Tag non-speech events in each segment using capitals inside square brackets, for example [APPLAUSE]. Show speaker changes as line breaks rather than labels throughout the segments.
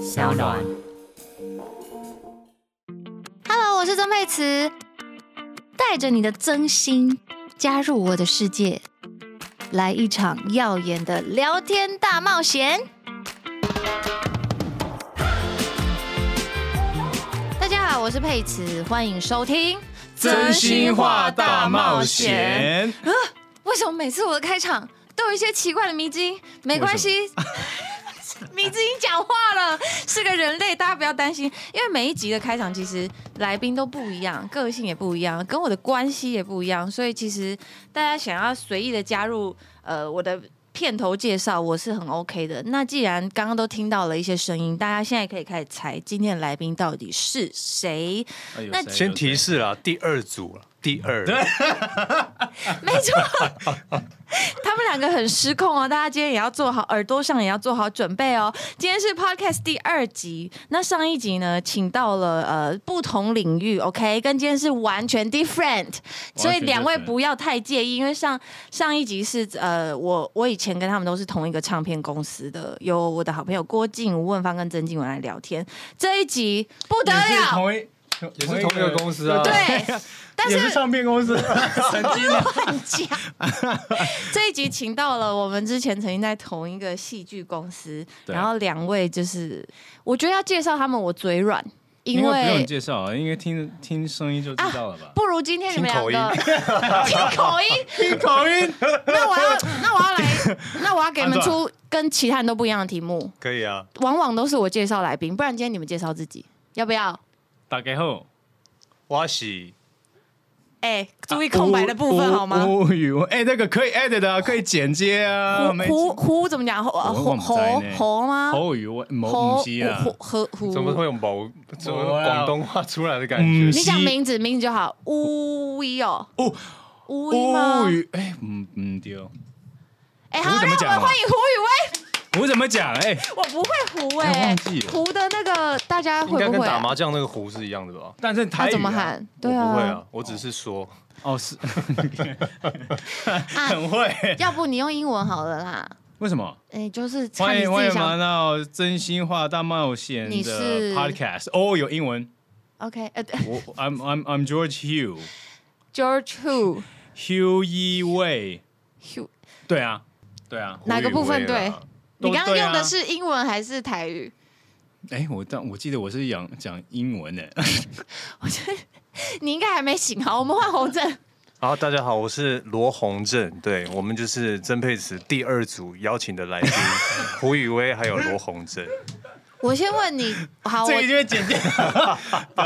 小暖。
Hello，我是曾佩慈，带着你的真心加入我的世界，来一场耀眼的聊天大冒险。大家好，我是佩慈，欢迎收听《》。
险，
为什么每次我的开场都有一些奇怪的迷津？没关系， [LAUGHS] 迷津讲话了，是个人类，大家不要担心。因为每一集的开场其实来宾都不一样，个性也不一样，跟我的关系也不一样，所以其实大家想要随意的加入呃我的。片头介绍我是很 OK 的。那既然刚刚都听到了一些声音，大家现在可以开始猜今天的来宾到底是谁。那
先
先提
提示，
示啦，第二组了，第二
对
[LAUGHS] 没错，他们两个很失控哦，大家今天也要做好耳朵上也要做好准备哦。今天是 podcast 第二集，那上一集呢，请到了呃不同领域，OK，跟今天是完全 different，所以两位
different
不要太介意，因为上上一集是呃我我以前跟他们都是同一个唱片公司的，有我的好朋友郭靖、吴问芳跟曾静文来聊天，这一集不得
也是
了，
同一
也是同一个公司
[LAUGHS]
啊。
对，但
也
是
是唱片公司，啊
乱讲。 [LAUGHS] 这一集请到了我们之前曾经在同一个戏剧公司，
对
然后两位就是，我觉得要介绍他们，我嘴软，因
因为不用
为啊
你介绍啊，因为听听声音就知道了吧？
不如今天你们两个 [LAUGHS] 听口音，
一口音。
那我要那我
[LAUGHS]
要来，那我要给你们出跟其他人都不一样的题目，
可以啊，
往往都是我介绍来宾，不然今天你们介绍自己，要不要？
打开后，
我是
哎，注意空白的部分好吗？
啊无无语，哎，那个可以 edit 的啊，可以剪接啊。没
胡胡怎么讲？呃猴
呃我
猴
忘不在
猴
呢
猴吗？
口语我某
猴
唔知啊，
胡和胡
怎么会有某怎么
某啊
广东话出来的感
嗯
觉？
你讲名字，名字就好。乌威哦，
哦
乌威吗
无？语，
哎，唔唔丢，
哎，
胡
好，让
怎么
我
讲
们
啊
欢迎胡宇
我怎么讲？哎，
威。我不会胡
哎
哎
忘记，了
胡的那个大家
应
会
该
不
跟
会
打
啊？
麻将那个胡是一样的吧？
但是台
他
语
怎么
啊？
喊？
我
对
不会
啊，
啊，我只是说
哦，是 [LAUGHS]
啊
很会。
要不你用英文好了啦。
为什么？
哎，就是看
欢
你
迎欢
自己
迎来
想。
到真心话大冒险
你是
的 podcast 哦，有英文。
OK，呃
我 I'm I'm I'm George Hugh
，George Who
Hugh Yi Wei。
Who？
对啊，对啊。
哪个部分
胡以为
对
啦？
你
都
刚刚
对啊
用的是英文还是台语？
哎，我但我记得我是讲讲英文的。
你应该还没醒啊好，我们换侯正。
好，大家好，我是罗宏正，对我们就是曾沛慈第二组邀请的来
[LAUGHS]
宾胡宇威还有罗宏 [LAUGHS] 正。
我先问你，
[LAUGHS]
好，哦我
这一定会
[LAUGHS]
剪掉。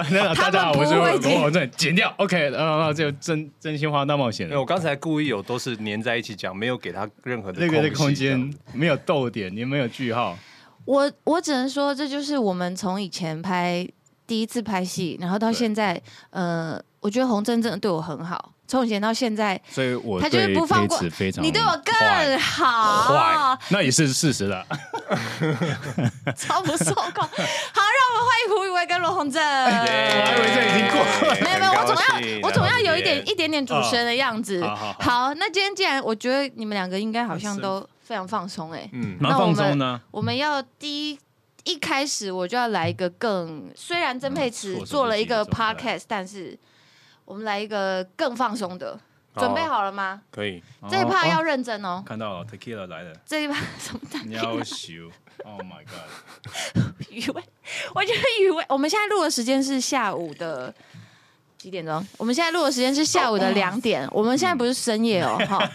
那
他们
大家好，我是
不会剪
罗宝正，剪掉。OK，然后就真真心话大冒险
因为
了
哎我。刚才故意有都是粘在一起讲，没有给他任何的
那个的空
隙这样
间
子
没有逗点，也没有句号。
我我只能说，这就是我们从以前拍第一次拍戏，然后到现在，呃，我觉得洪真真的对我很好，从以前到现在，
所以我
他就是
对
不放过
佩慈非常
你对我
坏
更好 [LAUGHS]
坏，，那也是事实的。
超不受控。好，让我们欢迎胡宇威跟罗
[LAUGHS]
洪正。
耶
我以为这已经过了 [LAUGHS]
没有没有，我总要我总要有一点。
很高兴来到这边
一点点主持人的样子。
哦好好
那今天既然我觉得你们两个应该好像都非常放松哎、
嗯，
蛮
那我
放
们
松的啊。
我们要第一一开始我就要来一个更，虽然曾佩
嗯措
慈
手不及
做了一个
怎么办
podcast，但是我们来一个更放松的，
好
准备好了吗？
可以。
这一趴
哦
要认真哦，
看到了 Tequila 来了，
这一趴 [LAUGHS] 什么蛋？
要求。Oh my
[LAUGHS]
god！
余威， [LAUGHS] 我觉得余威，我们现在录的时间是下午的。几点钟？我们现在录的时间是下
哦
午的两点，我们现在不是深夜哦，
嗯 [LAUGHS]
哈。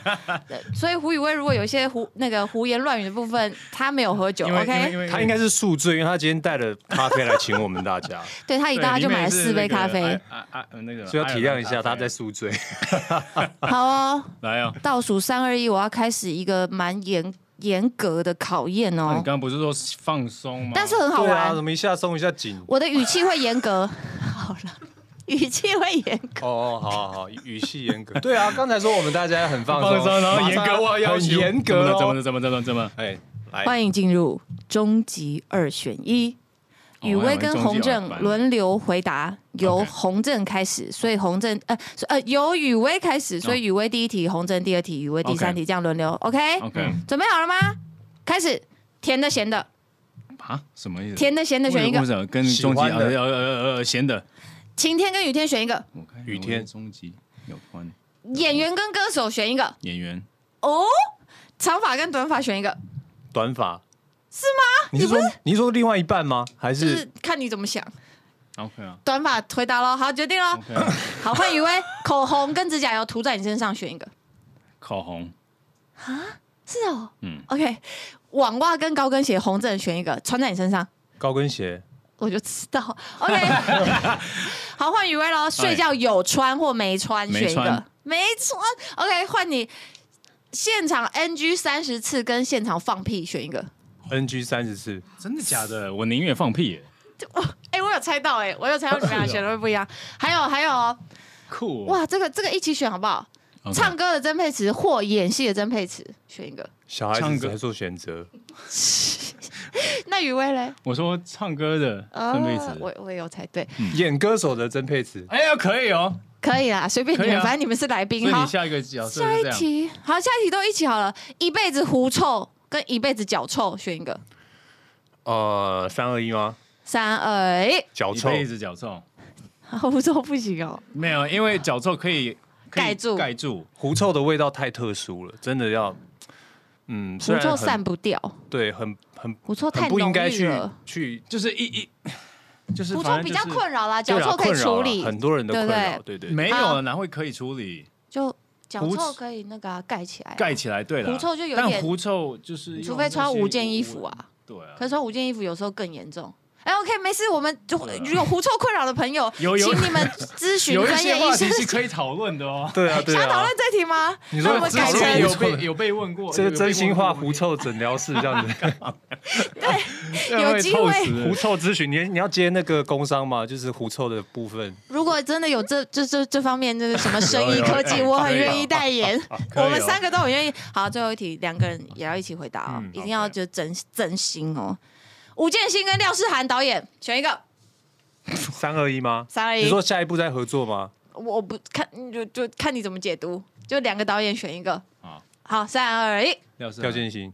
对所以胡宇威如果有一些胡那个胡言乱语的部分，他没有喝酒
因为因为因
，OK？
为
[LAUGHS] 他应该是宿醉，因为他今天带了咖啡来请我们大家，
对他一到他就买了四杯咖啡，
啊啊，那个
所以要体谅一下他在
在
宿醉。
哎
好哦。
来啊。
倒数三二一，我要开始一个蛮严严格的考验
那你
哦
刚，刚不是说放松吗？
但是很好
对啊，
玩。
怎么一下松一下紧？
我的语气会严 [LAUGHS] 格，好了，语气会严格。
哦，好好好，语气严格。对啊，刚才说我们大家很放松，
放松，然后严格，
哇，
我要
很
求
严格
怎么
哦。
了？怎么了怎么了怎么了？
哎，来，
[LAUGHS] 欢迎进入终极二选一，
哦
雨薇跟洪
还有终极二选
正
版
轮流回答，由
OK
洪正开始，所以洪正呃所呃由雨薇开始，
哦
所以雨薇第一题，洪正第二题，雨薇第三题，这样轮流。OK，哎
OK，
准备好了吗？开始，甜的咸的，
啊，什么意思？
甜的咸的选一个
为什么跟终
喜
极
欢
呃
的
呃呃呃咸的？
晴天跟雨天选一个，
我看
雨天
终极有关
演员跟歌手选一个，
演员
哦，长发跟短发选一个，
短发是吗？你是说你是说另外一半吗？还
就是是看你怎么想。
，OK 啊
短发回答喽，好，决定喽。
，OK 啊，
好，换雨薇，口红跟指甲油涂在你身上选一个，
口红
是哦，
嗯
，OK，网袜跟高跟鞋红正选一个，穿在你身上。
高跟鞋？
我就知道，OK，好，换雨薇喽。睡觉有穿或没穿，
没
选一个
穿
没穿。OK，换你现场 NG 三十次跟现场放屁选一个。
NG 三十四，
真的假的？我宁愿放屁耶，
哎、我有猜到哎、我有猜到
[LAUGHS]
你们俩选的会不一样。还有还有哦，
酷
哇，这个这个一起选好不好
OK
唱歌的曾沛慈或演戏的曾沛慈选一个。
小孩
唱
子
歌
才做选择。
那雨薇嘞？
我说唱歌的这辈
啊我
子，
我也有猜对，
演歌手的曾沛慈，
哎呀可以哦，
可以啦，随便你
可
们，
以啊
反正你们是来
所
宾。
以
好
你，下一个角色
下
是
一
这样，
题，好，下一题都一起好了，一辈子狐臭跟一辈子脚臭选一个，
呃，三二一吗？
三二一，
脚
一
臭，
辈子脚臭
狐臭不行哦，
没有，因为脚臭可以可以
盖住
盖住，
狐臭的味道太特殊了，真的要，嗯，虽
狐
然
臭
很
散不掉，
对，很很
狐臭太
很不应
浓
该
郁
去
了，
去，
就是
[LAUGHS]
一一就是
狐
反
臭
正
比
就
较
是啊
困扰啦，脚
对啦
臭可以
困扰
处
啦
理，
很多人的
对
困
不
扰，
对
对对，
没
好
有哪会可以处理？
就脚
狐
臭可以那个啊盖起来啊，
盖起来，对了，
狐臭就有
但
点
狐臭就是用
除非穿
那些
五件衣服啊，
对啊，
可是穿五件衣服有时候更严重。哎，OK，没事，我们就
对啊
有狐臭困扰的朋友，
有有
请你们咨询
有一
专
些
业
话
医
题
生。
是可以讨论的哦。
对啊对
想讨
啊
论，这题吗？
[LAUGHS] 你
那
说
我们
之
改
前
成
有被有被问过，
这个真心话狐
狐臭，
臭诊疗室这样 [LAUGHS] 子，
有机会
[LAUGHS] 狐臭咨询，你你要接那个工商嘛，就是狐臭的部分，
如果真的有这这这这方面就是什么生
有
意
有
科技，
哎
我很
可以
愿
哦
意
[LAUGHS]
代言。
可
我
以哦
们三个都很愿意。好，最后一题，两个人也要一起回答哦
嗯，
一定要就真真心哦。吴建新跟廖世涵导演选一个，
三二一吗？
三二一
你说下一步再合作吗？
我我不看就就看你怎么解读，就两个导演选一个。
好
好，三二一，
廖世
廖
涵，
建新，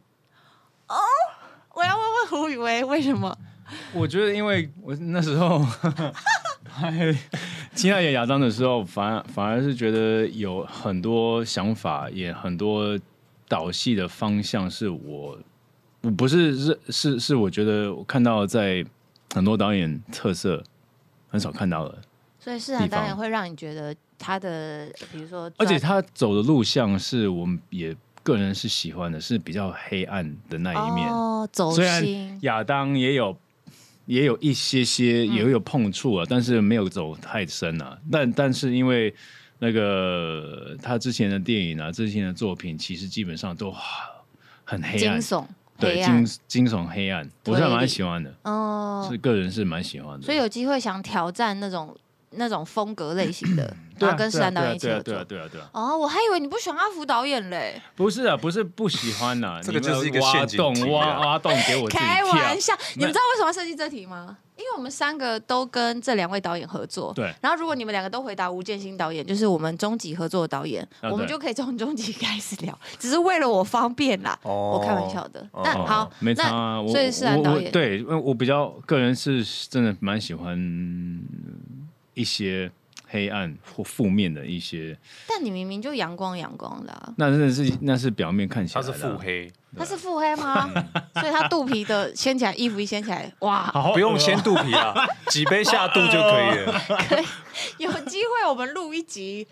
我要问问胡宇威为什么？
我觉得因为我那时候 [LAUGHS] 拍《亲爱的亚当》的时候，反而反而是觉得有很多想法，也很多导戏的方向是我，我不是是是是，我觉得我看到在很多导演特色很少看到的。
所以世涵
地
导
方
演会让你觉得他的，比如说，
而且他走的路向是我们也个人是喜欢的，是比较黑暗的那一面。
哦，走
虽然
心，
亚当也有也有一些些
嗯
也有碰触啊，但是没有走太深啊。但但是因为那个他之前的电影啊，之前的作品，其实基本上都很黑
惊
暗，
悚，黑
对
暗
惊，惊悚黑暗，
推理
我是还蛮喜欢的，
哦
是，个人是蛮喜欢的。
所以有机会想挑战那种那种风格类型的，
对
然
啊
后跟施
对啊
兰导
对啊
演一起
对啊
合
对啊
作。
对啊对啊，
哦，我还以为你不喜欢阿福导演嘞，
不是啊，不是不喜欢呐，
[LAUGHS] 这个
你们
就是一个
挖
陷阱题
洞
啊
挖挖洞给我自己
开
跳
玩笑。你们知道为什么要设计这题吗？因为我们三个都跟这两位导演合作，
对
然后如果你们两个都回答吴建新导演，就是我们终极合作的导演，
啊
我们
对
就可以从终极开始聊，只是为了我方便啦。
哦
我开玩笑的。
哦
那
哦
好，
没差
那
啊。我
所以施兰
我
导
我
演
对，因为我比较个人是真的蛮喜欢一些黑暗或负面的一些，
但你明明就阳光阳光的啊，
那真的是那是表面看起
他
来的
是
啊
腹，黑，
他是腹黑
[LAUGHS]
吗？所以他肚皮的掀起来，衣服一掀起来，哇，
好
哦不用掀肚皮啊，几杯下肚就可以
哦
[LAUGHS] 了。
有机会我们录一集，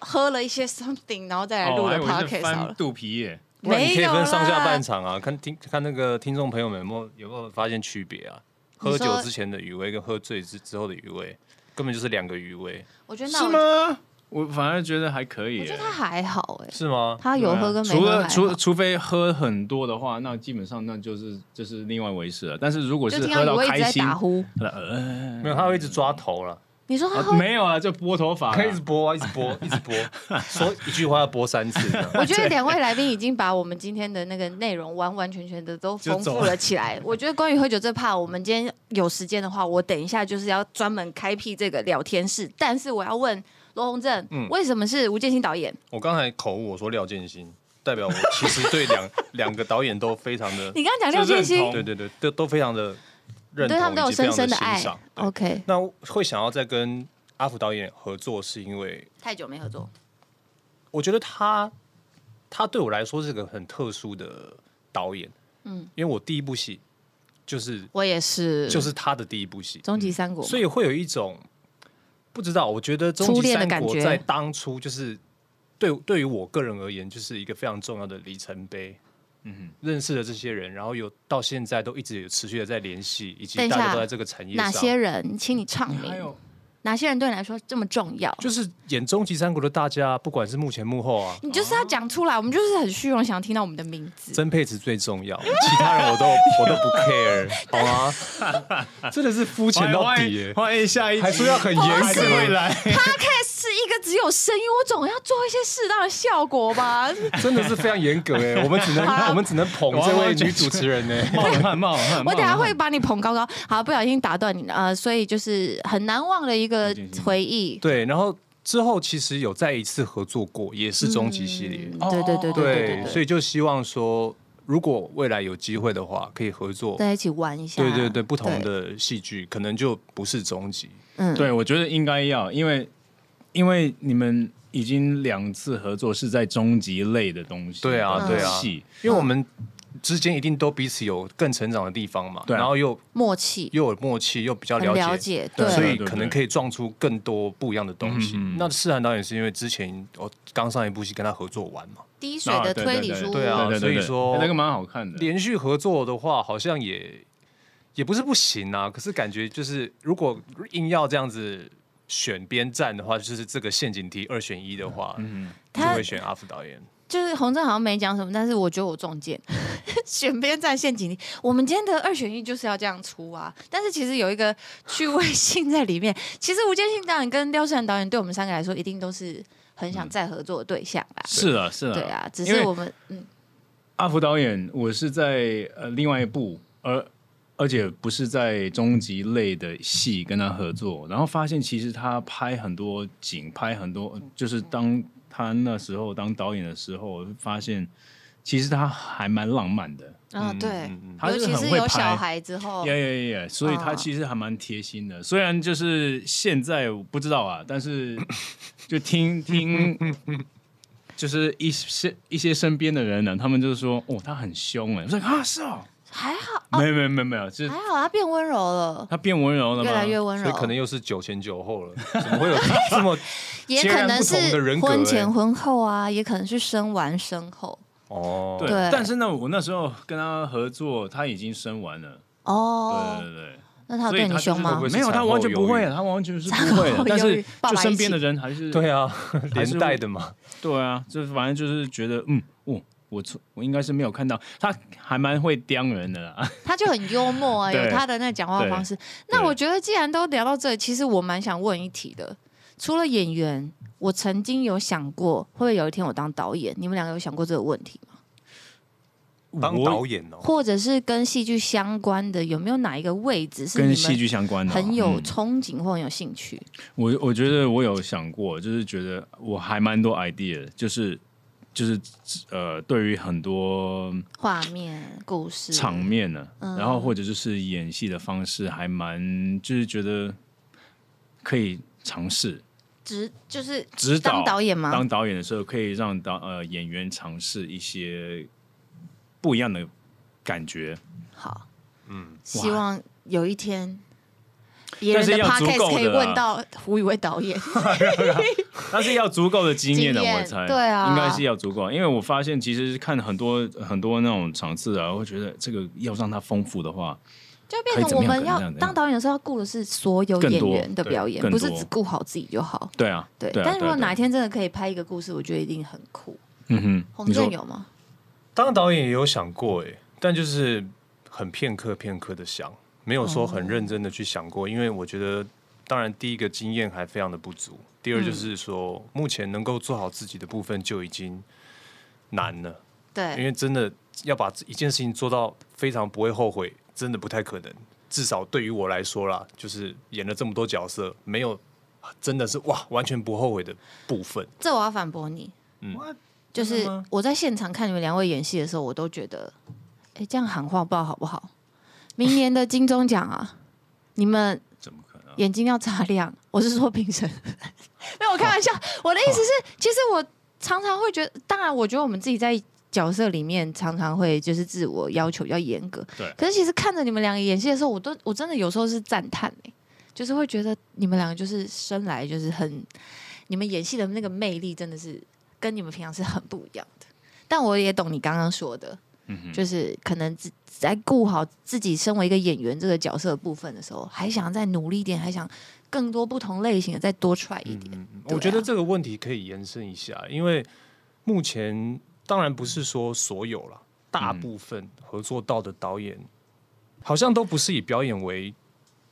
喝了一些 something，然后再来
哦，
录
我还
的
以
podcast
为是
好
翻
了。
肚皮耶，
不然你可以
没有啦
分上下半场啊，看听看那个听众朋友们有没有有没有发现区别啊？
你
喝
说
酒之前的余味跟喝醉之之后的余味，根本就是两个余味，
我觉得那
是
我
吗？我反而觉得还可以
我
耶，啊
觉得他还好哎、
是吗？
他有喝跟没
除
喝还
了
好
除除非喝很多的话，那基本上那就是就是另外一回事了。但是如果
就是听
喝
到有
到
一直
开
在
心，
打呼。
呃呃
没有，他会一直抓头了，
你说他
啊
喝，
没有啊，就拨头发啊，
可以一直播啊，一直播，一直播， [LAUGHS] 说一句话要播三次这样。 [LAUGHS]
我觉得两位来宾已经把我们今天的那个内容完完全全的都丰
就走
富
了
了起来。 [LAUGHS] 我觉得关于喝酒这怕，我们今天有时间的话，我等一下就是要专门开辟这个聊天室。嗯但是我要问罗洪正，为什么是吴建新导演？
我刚才口误，我说廖建新，代表我其实对两两个导演都非常的，
你刚刚讲廖建新，
对对对，都都非常的认同，
对他们都有
以及非
深
常
深的
的
爱
欣赏。。对
OK，
那会想要再跟阿福导演合作，是因为
太久没合作，
我觉得他他对我来说是个很特殊的导演，嗯，因为我第一部戏就是
我也是，
就是他的第一部戏，
终极三国嘛，
所以会有一种不知道，我觉得《终
初
极
恋的
三
感
国》
觉
在当初就是对对于我个人而言，就是一个非常重要的里程碑。嗯，认识了这些人，然后有到现在都一直有持续的在联系，以及
等一下
大家都在这个产业
哪
上。
些人，请你唱
还
名，
有
哪些人对你来说这么重要？
就是演《终极三国》的大家，不管是幕前幕后啊， [LAUGHS]
你就是要讲出来，我们就是很虚荣，想听到我们的名字。
曾沛慈最重要，其他人我都我都不
[LAUGHS]
care，好吗？真的是肤浅到
哎
欢
底
[LAUGHS]
迎
耶！
欢迎下一
还
集
说要很严
还是
格
会来，
Podcast 是一个只有声音，我总要做一些适当的效果吧。
真的是非常严格哎，我们只能
啊
我们只能捧这位女主持人呢。
冒冷汗，冒冷汗。
我等下
冒冷汗
会把你捧高高。好，不小心打断你了。呃，所以就是很难忘的一个
行行行
回忆。
对，然后之后其实有再一次合作过，也是终极系列。
嗯对对对对
对，所
以
以就希望说，如果未来有机会的话，可以合作。
在一起玩一下。
对对对，不同，的戏剧可能就不是终极。
嗯，
对，我觉得应该要，因为因为你们已经两次合作是在终极类的东西，
对啊
的
对啊
戏
因为我们之间一定都彼此有更成长的地方嘛，
对啊
然后又
默契
又有默契，又比较
很
了解，
了解，
对
所
对，
以可能可以撞出更多不一样的东西。
嗯嗯嗯
那世涵导演是因为之前我刚上一部戏跟他合作完嘛，
滴水的推理书屋，
对啊
对对对
所以
对
说
哎那个蛮好看的。
连续合作的话，好像也也不是不行啊。可是感觉就是，如果硬要这样子选边站的话，就是这个陷阱题二选一的话，嗯，就
他
会选阿福导演。
就是洪正好像没讲什么，但是我觉得我中箭， [LAUGHS] 选边站陷阱里。我们今天的二选一就是要这样出啊！但是其实有一个趣味性在里面。其实吴建信导演跟刁世然导演对我们三个来说，一定都是很想再合作的对象啦。
嗯是啊，是啊，
对啊，只
因
是
为
我们嗯，
阿福导演，我是在呃另外一部，而而且不是在终极类的戏跟他合作，然后发现其实他拍很多景，拍很多，呃就是当他那时候当导演的时候，发现其实他还蛮浪漫的，
啊对，
嗯他
尤
是
其
很
是
会
有小
拍。
孩之后，
耶耶耶！所以他
哦啊
其实还蛮贴心的，虽然就是现在我不知道啊，但是就听听，就是一些一些身边的人呢，他们就是说，哦，他很凶哎，我说啊是哦，
还好
没有没有没有没有，就是
还好，他变温柔了，
他变温柔了
啊越
吗？
来越温
所
柔，
以可能又是九前九后了，怎么会有这么
也
截然
可能
不同的
是
人格
婚
欸
前婚后啊，也可能是生完生后
哦？
对
对
但是呢，我那时候跟他合作，他已经生完了，
哦
对。对对。
那他有
所以
对你
就是
凶吗？
会不会是
没有，
产
他
后
完全不会
忧，
他完全是不会
产后
的。但
忧郁
是
爸
就
爸
身
一起
边的人还是
对啊，
还是
连带的嘛。
对啊，就是反正就是觉得，嗯，我我错，我应该是没有看到，他还蛮会刁人的 [LAUGHS] 啦。
他就很幽默
[LAUGHS]
啊，
对
有他的那讲话方式。那我觉得既然都聊到这里，其实我蛮想问一题的。除了演员，我曾经有想过，会不会有一天我当导演？你们两个有想过这个问题吗？
当导演哦，
或者是跟戏剧相关的，有没有哪一个位置 [LAUGHS] 是你
跟
们
戏剧相关的哦，
很有
嗯
憧憬或很有兴趣？
我我觉得我有想过，就是觉得我还蛮多 idea，的就是就是呃，对于很多
画面、故事、
场面呢、
嗯
然后或者就是演戏的方式，还蛮就是觉得可以尝试
指就是
指导
当导演吗
当导演的时候，可以让导呃演员尝试一些不一样的感觉，
好，嗯，希望有一天。别人
但
的
是要足
podcast
够
可以
的啊
问到胡宇威导演，
但是要足够的经验的，
经验
我猜
对啊
应该是要足够，因为我发现其实看很多很多那种场次啊，我会觉得这个要让它丰富的话，
就变成我
可以怎
们
么样
要
可以怎么样
当导演的时候要顾的是所有演员的表演，
更
不
多
是
对
只顾好自己就好。
对啊，
对，
啊
但是如果
对啊
哪一天真的可以拍一个故事，我觉得一定很酷。
嗯哼，
洪
你
正
说
有吗？
当导演也有想过哎，但就是很片刻片刻的想，没有说很认真的去想过，因为我觉得，当然第一个经验还非常的不足，第二就是说，目前能够做好自己的部分就已经难了，因
对，
为真的要把一件事情做到非常不会后悔，真的不太可能。至少对于我来说啦，就是演了这么多角色，没有真的是哇完全不后悔的部分。
嗯
这我要反驳你。就是我在现场看你们两位演戏的时候，我都觉得，哎、这样喊话不知道好不好？明年的金钟奖啊，你们
怎么可能？
眼睛要擦亮。我是说评审， [LAUGHS] 没有，我开玩笑。我的意思是，其实我常常会觉得，当然，我觉得我们自己在角色里面常常会就是自我要求比较严格。
对
可是其实看着你们两个演戏的时候，我都我真的有时候是赞叹哎、就是会觉得你们两个就是生来就是很，你们演戏的那个魅力真的是跟你们平常是很不一样的。但我也懂你刚刚说的，
嗯
就是可能自在顾好自己身为一个演员这个角色的部分的时候，还想再努力一点，还想更多不同类型的再多 try 一点。对啊
嗯我觉得这个问题可以延伸一下，因为目前当然不是说所有啦，大
嗯
部分合作到的导演、好像都不是以表演为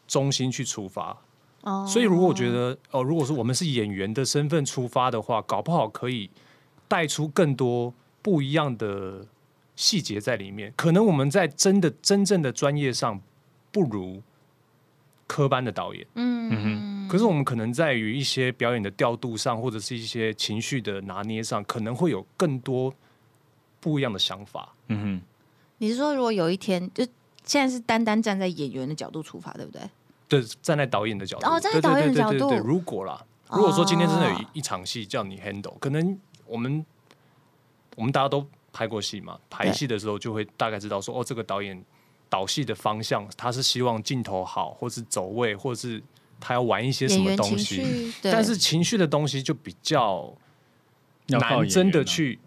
中心去出发。
哦
所以如果我觉得哦，如果说我们是演员的身份出发的话，搞不好可以带出更多不一样的细节在里面。可能我们在真的真正的专业上不如科班的导演。
嗯，
可是我们可能在于一些表演的调度上，或者是一些情绪的拿捏上，可能会有更多不一样的想法。
嗯
你是说如果有一天就现在是单单站在演员的角度出发，对不对？
对，站在导演的角度，
哦站在
对对
导演的
对对
角
对对
度
如果啦，如果说今天真的有
哦
一一场戏叫你 handle，可能我们我们大家都拍过戏嘛，排戏的时候就会大概知道说，哦，这个导演导戏的方向，他是希望镜头好，或是走位，或是他要玩一些什
演
么
员
东
情
西。
绪，对
但是情绪的东西就比较
要靠演
难
员
真的
啊
去，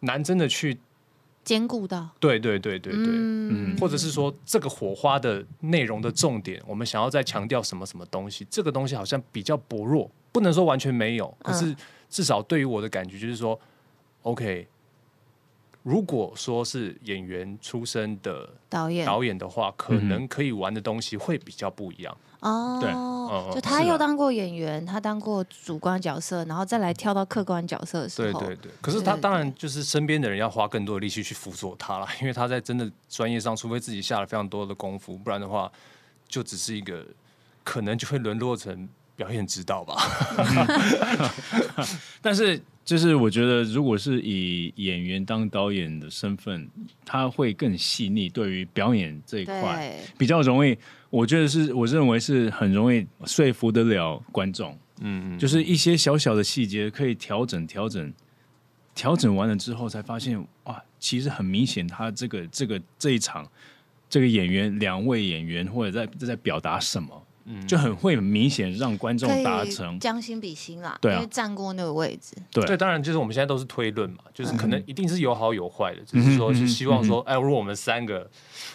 难真的去，
兼顾到，
对对对对对，
嗯
或者是说这个火花的内容的重点，我们想要再强调什么什么东西，这个东西好像比较薄弱，不能说完全
嗯
没有，可是至少对于我的感觉就是说、o k 如果说是演员出身的
导演
导演的话，可
嗯
能可以玩的东西会比较不一样。
对
哦
嗯，
就他
是啊
又当过演员，他当过主观角色，然后再来跳到客观角色的时
对
候，
对对，可是
对
他
对
当然就是身边的人要花更多的力气去辅佐他啦，因为他在真的专业上，除非自己下了非常多的功夫，不然的话，就只是一个可能就会沦落成表演指导吧。
哼，但是就是我觉得，如果是以演员当导演的身份，他会更细腻，对于表演这一块
对
比较容易，我觉得是我认为是很容易说服得了观众。
嗯嗯，
就是一些小小的细节可以调整调整，调整完了之后才发现哇，其实很明显，他这个这个这一场这个演员两位演员或者在在表达什么，
嗯
就很会很明显让观众
可以
达成。
将心比心啦，
对啊
因为站过那个位置，
对
[LAUGHS] 对，当然就是我们现在都是推论嘛，就是可
嗯
能一定是有好有坏的，只是说是希望说，哎，如果我们三个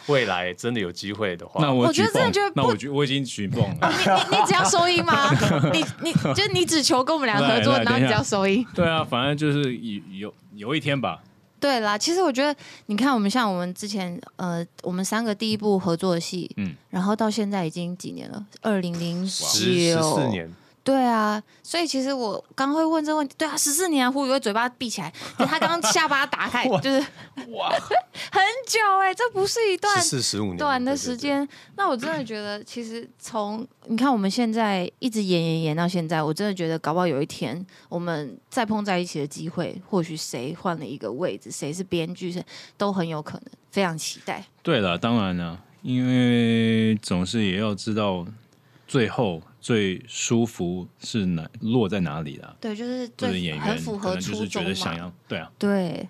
未来真的有机会的
那
话，
我
我
举
觉得真的
报
觉得，
那
不
我举我已经举报了。
[LAUGHS] 你你你只要收音吗？你你就你只求跟我们俩合作，
来来
然后
等一
你
下
只要收音。
对啊，反正就是有有有一天吧，
对啦，其实我觉得，你看我们像我们之前呃，我们三个第一部合作的戏，
嗯
然后到现在已经几年了，二零零
十十
九，
四年，
对啊，所以其实我刚会问这个问题，对啊，十四年啊，胡宇威嘴巴闭起来，就他刚刚下巴打
[LAUGHS]
开，就是哇，很久哎、这不是一段
十四十五年
短啊的时，间。那我真的觉得，其实从你看我们现在一直演演演到现在，我真的觉得，搞不好有一天我们再碰在一起的机会，或许谁换了一个位置，谁是编剧，谁都很有可能。非常期待，
对了，当然了，因为总是也要知道最后最舒服是哪落在哪里啦。
对，就是
作为
最
演员，
很符
可
合
能就
初
是觉
衷
得
嘛。
想要对啊，
对，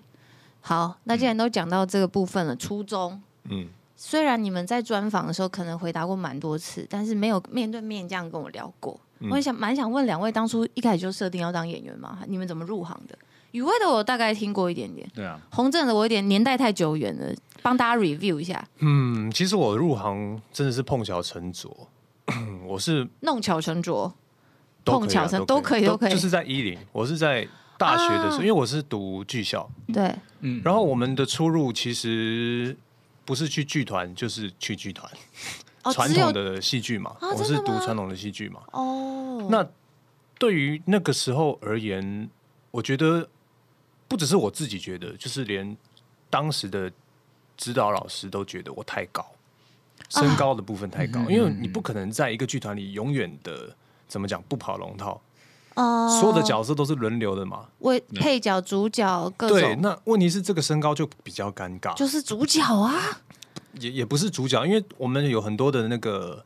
好，那既然都讲到这个部分了，初衷。
嗯，
虽然你们在专访的时候可能回答过蛮多次，但是没有面对面这样跟我聊过。
嗯
我很想蛮想问两位，当初一开始就设定要当演员吗？你们怎么入行的？雨薇的我大概听过一点点，
对啊，
洪正的我有点年代太久远了，帮大家 review 一下。
嗯，其实我入行真的是碰巧成拙， [CLEARS THROAT] 我是
弄巧成拙，
都可以啊
碰巧成
都
都可以都可以
就是在一零，我是在大学的时候，
啊
因为我是读剧校，
对，
然后我们的出路其实不是去剧团，就是去剧团，
哦，
传
只有
统的戏剧嘛，
啊
我
真
是
的吗
读传统的戏剧嘛。
哦，
那对于那个时候而言，我觉得不只是我自己觉得，就是连当时的指导老师都觉得我太高，
啊
身高嗯的部分太高，因为你不可能在一个剧团里永远的怎么讲不跑龙套。
哦
所有的角色都是轮流的嘛。
为配角、主角各
对，
种，
那问题是这个身高就比较尴尬，
就是主角啊，
也也不是主角，因为我们有很多的那个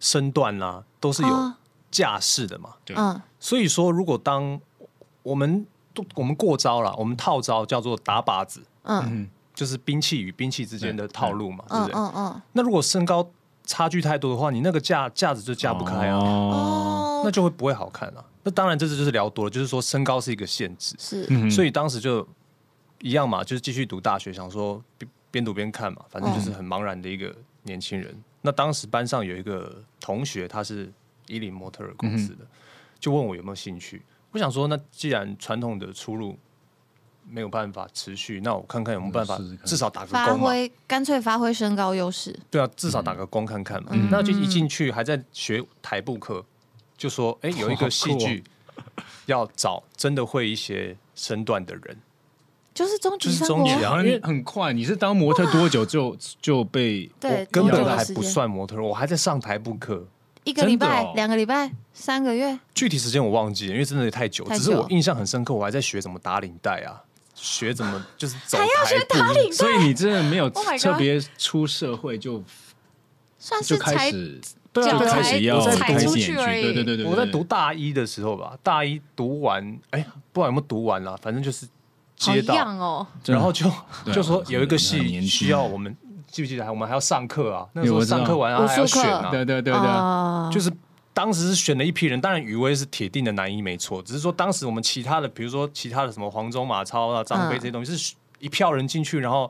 身段啦、都是有
啊
架势的嘛。
对啊
嗯，
所以说，如果当我们都我们过招了，我们套招叫做打靶子，
嗯
就是兵器与兵器之间的套路嘛，
嗯
对不对？
嗯嗯，
那如果身高差距太多的话，你那个架架子就架不开啊，
哦，
那
哦，
就会不会好看啊。那当然，这次就是聊多了，就是说身高是一个限制，
是
嗯
所以当时就一样嘛，就是继续读大学，想说边边读边看嘛，反正就是
嗯
很茫然的一个年轻人。那当时班上有一个同学，他是伊林模特儿公司
嗯
的，就问我有没有兴趣。我想说，那既然传统的出路没有办法持续，那我看看有没有办法
试试，看
至少打个
发
工嘛。
挥，干脆发挥身高优势，
对啊，至少
嗯
打个工看看嘛。那就
嗯
一进去还在学台步课，就说哎、诶有一
哦
个戏剧要找真的会一些身段的人，
就是终极
就是
三
终
国
极
然
啊
后
因为
很快，你是当模特多久就就被
对，
根
多
本
久的
还
时
不
间
算模特儿，我还在上台步课。
一个礼
真
拜
的哦、
两个礼拜、三个月，
具体时间我忘记了，因为真的太久，
太久
只是我印象很深刻，我还在学怎么打领带啊，学怎
[LAUGHS]
么就是走台步，
嗯所以你真的没有
Oh my god
特别出社会就
算是
就开
才
始
对
脚
啊，
就
对
开
才
啊
始要
我在
开
读
始
出
演
去
剧，
而已
对对对对，
我在
对
读大一的时候吧，大一读完，哎、不知道有没有读完啦、反正就是
好
接到，
样哦，
然后就
对啊
就说有一个
很
戏
年轻
需要我们记不记得还我们还要上课啊？那时
有
候
我知道
上课完
武
啊
术
还要选
课
啊，
对对对对，
啊，
就是当时是选了一批人，当然余威是铁定的男一没错，只是说当时我们其他的，比如说其他的什么黄忠、马超啊、张飞
嗯
这些东西，是一票人进去，然后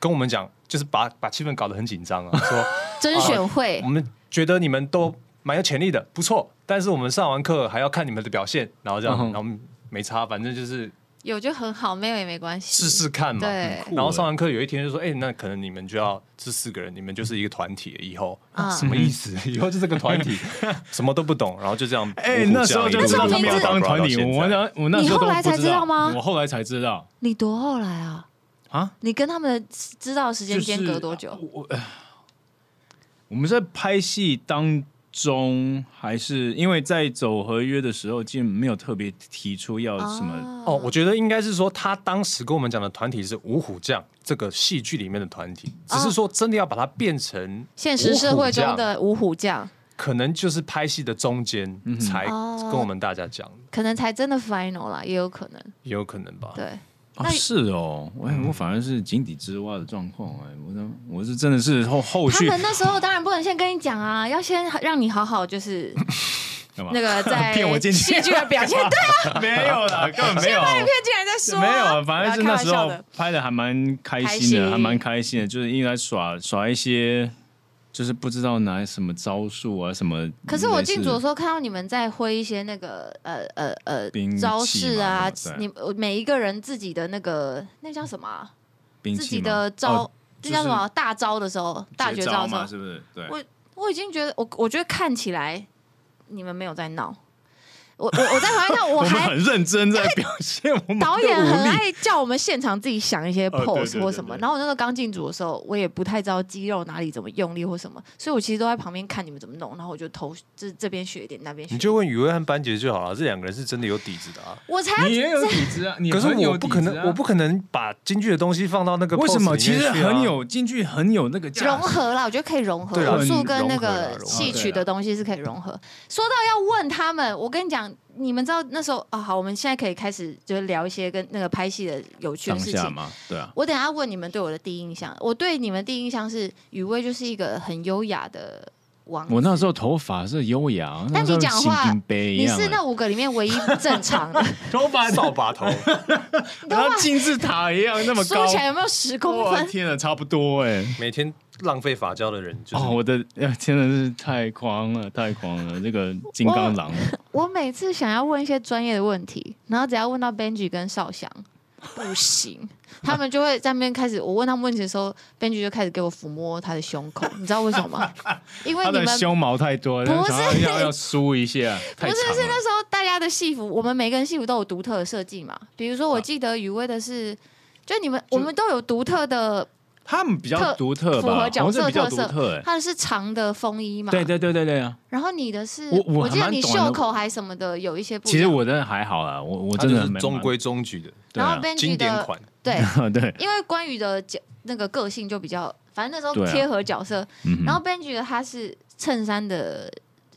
跟我们讲，就是把把气氛搞得很紧张啊， [LAUGHS] 说
甄选会
我，们觉得你们都蛮有潜力的，不错，但是我们上完课还要看你们的表现，然后这样，
嗯哼
然后没差，反正就是
有就很好，没有也没关系，
试试看嘛。
对
然后上完课有一天就说：“哎、那可能你们就要这四个人，你们就是一个团体了以后。
啊
什么意
[LAUGHS]
思？以后就是个团体， [LAUGHS] 什么都不懂，然后就这样。
哎，那时候就知道他们要当团体，
到现在
我那我那时候都
你后来才
不
知道吗
我后来才知道，
你多后来啊？
啊，
你跟他们的知道的时间间隔多久？
就是我我我们在拍戏当中，还是因为在走合约的时候，竟然没有特别提出要啊什么。
啊
哦，我觉得应该是说，他当时跟我们讲的团体是五虎将这个戏剧里面的团体，只是说真的要把它变成
现实社会中的五虎将，
可能就是拍戏的中间
嗯
才
哦
跟我们大家讲，
可能才真的 final 啦，也有可能。
也有可能吧。
对，
啊
那
是哦，我我反而是井底之蛙的状况哎，我都我是真的是后后
他
续
们那时候当然不能先跟你讲
[LAUGHS]
啊，要先让你好好就是
干嘛
那
[LAUGHS]
个在
骗我进
[LAUGHS]
去
戏剧的表
[LAUGHS]
现，对啊，
没有啦，根本没
[LAUGHS]
有。
骗进来再说啊。
没有，反正是那
开
时
玩笑
候
的
拍的还蛮开
开
心的，
心
还蛮开心的，就是因为来耍耍一些，就是不知道拿什么招数啊什么。
可是我进组
类
的
似
时候看到你们在挥一些那个呃呃呃
兵器
招式啊
嘛对，
你我每一个人自己的那个那叫什么啊、
兵器
自己
嘛
的招
哦，
这叫什么、啊大招的时候，大
绝
绝招的时
嘛，
候，
是不是？对，
我我已经觉得我我觉得看起来你们没有在闹，我我我在旁边看，我
[LAUGHS] 我们
还
很认真在表现我们的
导演很
武力
爱叫我们现场自己想一些
呃对对
pose
对
或什么。
对
然后我那时候刚进组的时候，我也不太知道肌肉哪里怎么用力或什么，所以我其实都在旁边看你们怎么弄，然后我就头这这边学一点，那边学一点。
你就问宇威和班杰就好了，这两个人是真的有底子的啊。
[LAUGHS] 我才要
你也有底子啊，你
可是
很有
我不可
底子
能，
啊
我不可能把京剧的东西放到那个
为什么？
pose 里
其
面去
实
啊
很有进去，很有那个价值
融合啦，我觉得可以融合
对啊
武术
很
跟那
融合啦
个
融合
戏
对
曲
啊
的东西是可以融合。说到要问他们，我跟你讲，你们知道那时候啊，好，我们现在可以开始就是聊一些跟那个拍戏的有趣的
当
事
下
情。
嘛，对啊，
我等一下问你们对我的第一印象，我对你们第一印象是雨薇就是一个很优雅的王子。
我那时候头发是优雅，
但你
那时候
讲话
像金杯一
你
样
是那
欸
五个里面唯一正常
[LAUGHS]
的，
头发扫把头，
你
然
懂吗
后？金字塔一样那么
说
高，
起来有没有十公
哇
分？
天哪，差不多哎。
每天浪费发胶的人就是
哦，
你。
我的呃真的是太狂了，太狂了！这个金刚狼，
我每次想要问一些专业的问题，然后只要问到 Benji 跟少翔，不行，他们就会在那边开始。我问他们问题的时候，Benji 就开始给我抚摸他的胸口，你知道为什么
[LAUGHS]
吗？因为
他
你
的
们
胸毛太多，
不是
想要要要梳
[LAUGHS]
一下，
不
太
是
长
是那
了。
时候大家的戏服，我们每个人戏服都有独特的设计嘛。比如说，我记得雨薇的是，就你们我们都有独特的
他们比较独特
符
吧，
合
红
角
色
色
比较
特
独
色。
特、欸，
他的是长的风衣嘛，
对对对对对啊！
然后你的是，
我我还
记得
蛮
你
短的
袖口还什么的有一些不一
其
样。
实我真的还好啦，我我
它
真
就
的
是
没
中规中矩的
对
然后
啊，
Benji
经典
的
款。
对，
[LAUGHS] 对，
因为关羽的角那个个性就比较，反正那时
对
候
啊
贴合角色。
嗯哼
然后 Benji 的他是衬衫的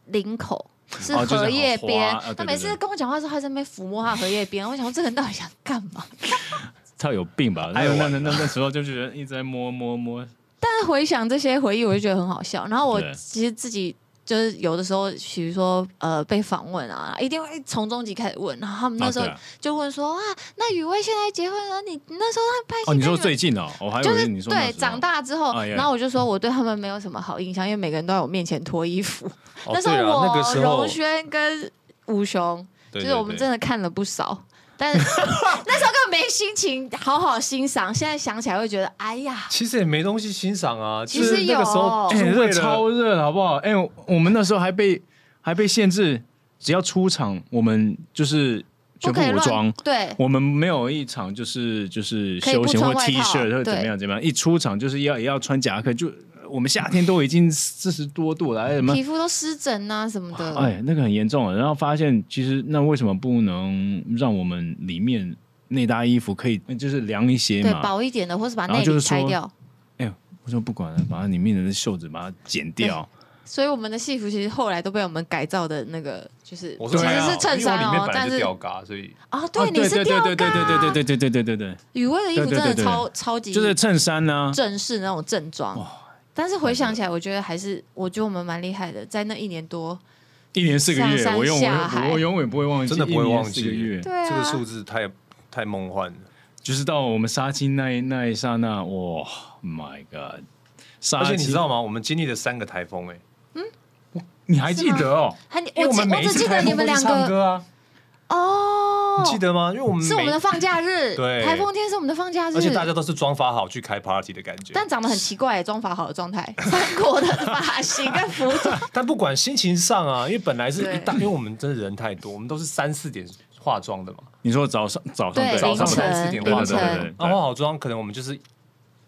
领口。是
哦就是
荷叶边，
很花啊对
他
对
每次
对
跟我讲话的时候，他在那边抚摸他荷叶边。我想，说这个人到底想干嘛？ [LAUGHS]
他有病吧？那
爱玩
那那那那时候就觉得一直在摸摸摸，
但是回想这些回忆，我就觉得很好笑。然后我
对
其实自己就是有的时候，比如说呃被访问啊，一定会从中级开始问。然后他们那时候
啊对啊
就问说啊，那雨薇现在结婚了，你你那时候他拍戏
哦，
跟
你
你
说
们
最近哦，我还以
就
为
是
你说那
对
时候
长大之后，
哎呀
然后我就说我对他们没有什么好印象，因为每个人都在我面前脱衣服。
哦
那时候
对啊
我、
那个时候
荣，轩跟吴雄，
对
就是我们真
的
的看了不少，但
[LAUGHS]
那时候根本没心情好好欣赏。现在想起来会觉得，哎呀，
其实也没东西欣赏啊。
其
就是
实
那个时候
有
就是
哎，
为
热
了
超热了，好不好？哎，我我们那时候还被还被限制，只要出场，我们就是
不
全部
可以
武装
乱。对。
我们没有一场就是就是
可以
休
不
闲或
穿外
T
套
恤或者怎么样怎么样，一出场就是要也要穿夹克，就我们夏天都已经四十多度了，还什么
皮肤都湿疹啊什么的，
哎，那个很严重啊。然后发现，其实那为什么不能让我们里面内搭衣服可以就是凉一些
对
嘛？
薄一点的，或是把
然后
内
就
里
是说
拆掉。
我说不管了，把它里面的袖子把它剪掉。
所以我们的戏服其实后来都被我们改造的那
哦
个，就是
我
其
说
对
实
啊
是衬衫
因为我里面
哦，
本
但
来就是吊嘎，所以
啊，
啊
对，你是
对对
吊
对对对
嘎
对对对对对对对
雨薇的衣服真
对
的
对对对
超超级
对，就是衬衫
啊
呢、
正式那种正装。但是回想起来，我觉得还是，我觉得我们蛮厉害的，在那一年多，
一年四个月，
上山
我永
下海
远我永远不会忘记，
真的不会忘记
一年四个月。
对啊，
这个数字太太梦幻了。
就是到我们杀青那一那一刹那，哇、m y God！杀
而且
青，
你知道吗？我们经历了三个台风，哎，
哦
你还记得哦？
还你
因为
我
我
记
们每一
我只
次
记得
台
你
风
们
都去
两
唱
个
歌啊，
哦
你，记得吗？因为我们
是我们
每
的放假日，
对
台风天是我们的放假日，
而且大家都是装法好去开 party 的感觉。
但长得很奇怪，妆法好的状态，三国的发型跟服装， [LAUGHS]
但不管心情上啊，因为本来是
对
一大，因为我们真的人太多，我们都是三四点化妆的嘛，
你说早上早上
对
对
早
凌
上三
晨
四点
对
化
对
凌
妆
对
晨，
对对
那啊化好妆，可能我们就是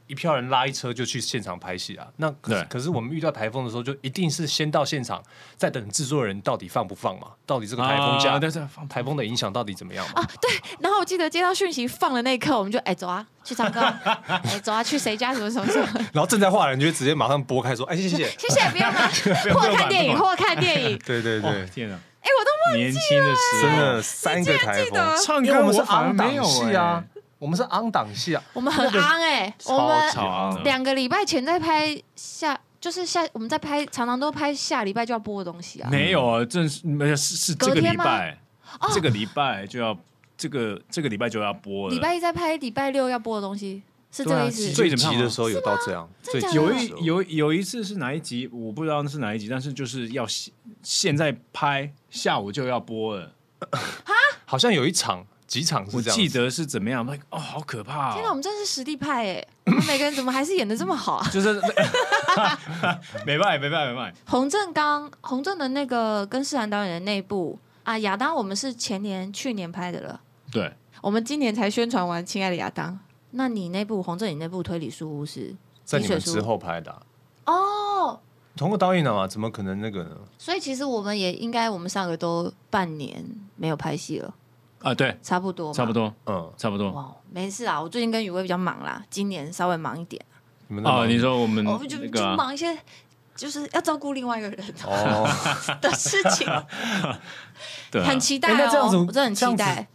一票人拉一车就去现场拍戏啊。那可
对
可是我们遇到台风的时候，就一定是先到现场，再等制作人到底放不放嘛？到底这个台风假，
啊对对放
台风的影响到底怎么样嘛？
然后我记得接到讯息放的那一刻，我们就哎、走啊，去
[LAUGHS]
唱歌，哎、走啊，去谁家什么什么什么，
然后正在画的人就会直接马上拨开说：“哎，谢谢。
谢谢，不用了，或看电影，或看电影，”
[LAUGHS] 对对
对，
对，
天哪！
哎、我都
年轻的时
真
候，
的三个台
记得
风，
唱
因为
歌
我们是
反而
昂
没有
档戏啊
欸，
我们是昂档戏啊，
我们很昂哎、我们
超昂的
两个礼拜前在拍下，就是下我们在拍，常常都拍下礼拜就要播的东西啊。
没有啊，正是没有是是
隔
这个
天
礼
吗哦
拜，这个礼拜就要这个这个礼拜就要播了。
礼拜一在拍，礼拜六要播的东西，是这
对啊
个意
是
思？
最急的时候有到这样，最
真假
急
的
有
的
一
时候
有有一次是哪一集，我不知道那是哪一集，但是就是要现现在拍，下午就要播了。
好像有一场几场
我
是这样子，
记得是怎么样？哦，好可怕、
天哪，我
哦！
们真是实力派
[LAUGHS]
哎、我们每个人怎么还是演的这么好啊？
就是 [LAUGHS] 没办法，没办法，没办法。
洪正刚、洪正的那个跟释然导演的那一部啊，亚当，我们是前年、去年拍的了，
对，
我们今年才宣传完《亲爱的亚当》。那你那部洪正，你那部推理书屋是
在你们
滴水书
之后拍的啊，
哦，
同个导演的嘛，怎么可能那个呢？
所以其实我们也应该，我们上个都半年没有拍戏了，
啊，对，
差不多，
差不。多，
嗯，
差不多。
哇，没事啊，我最近跟雨薇比较忙啦，今年稍微忙一点，
你们在
哦，
忙
你说我们
我们就
那
就
个啊
忙一些，就是要照顾另外一个人
哦， [LAUGHS]
的事情，
对啊
很期待
哎那这样
哦
子，
我真的很期
这样
待
子。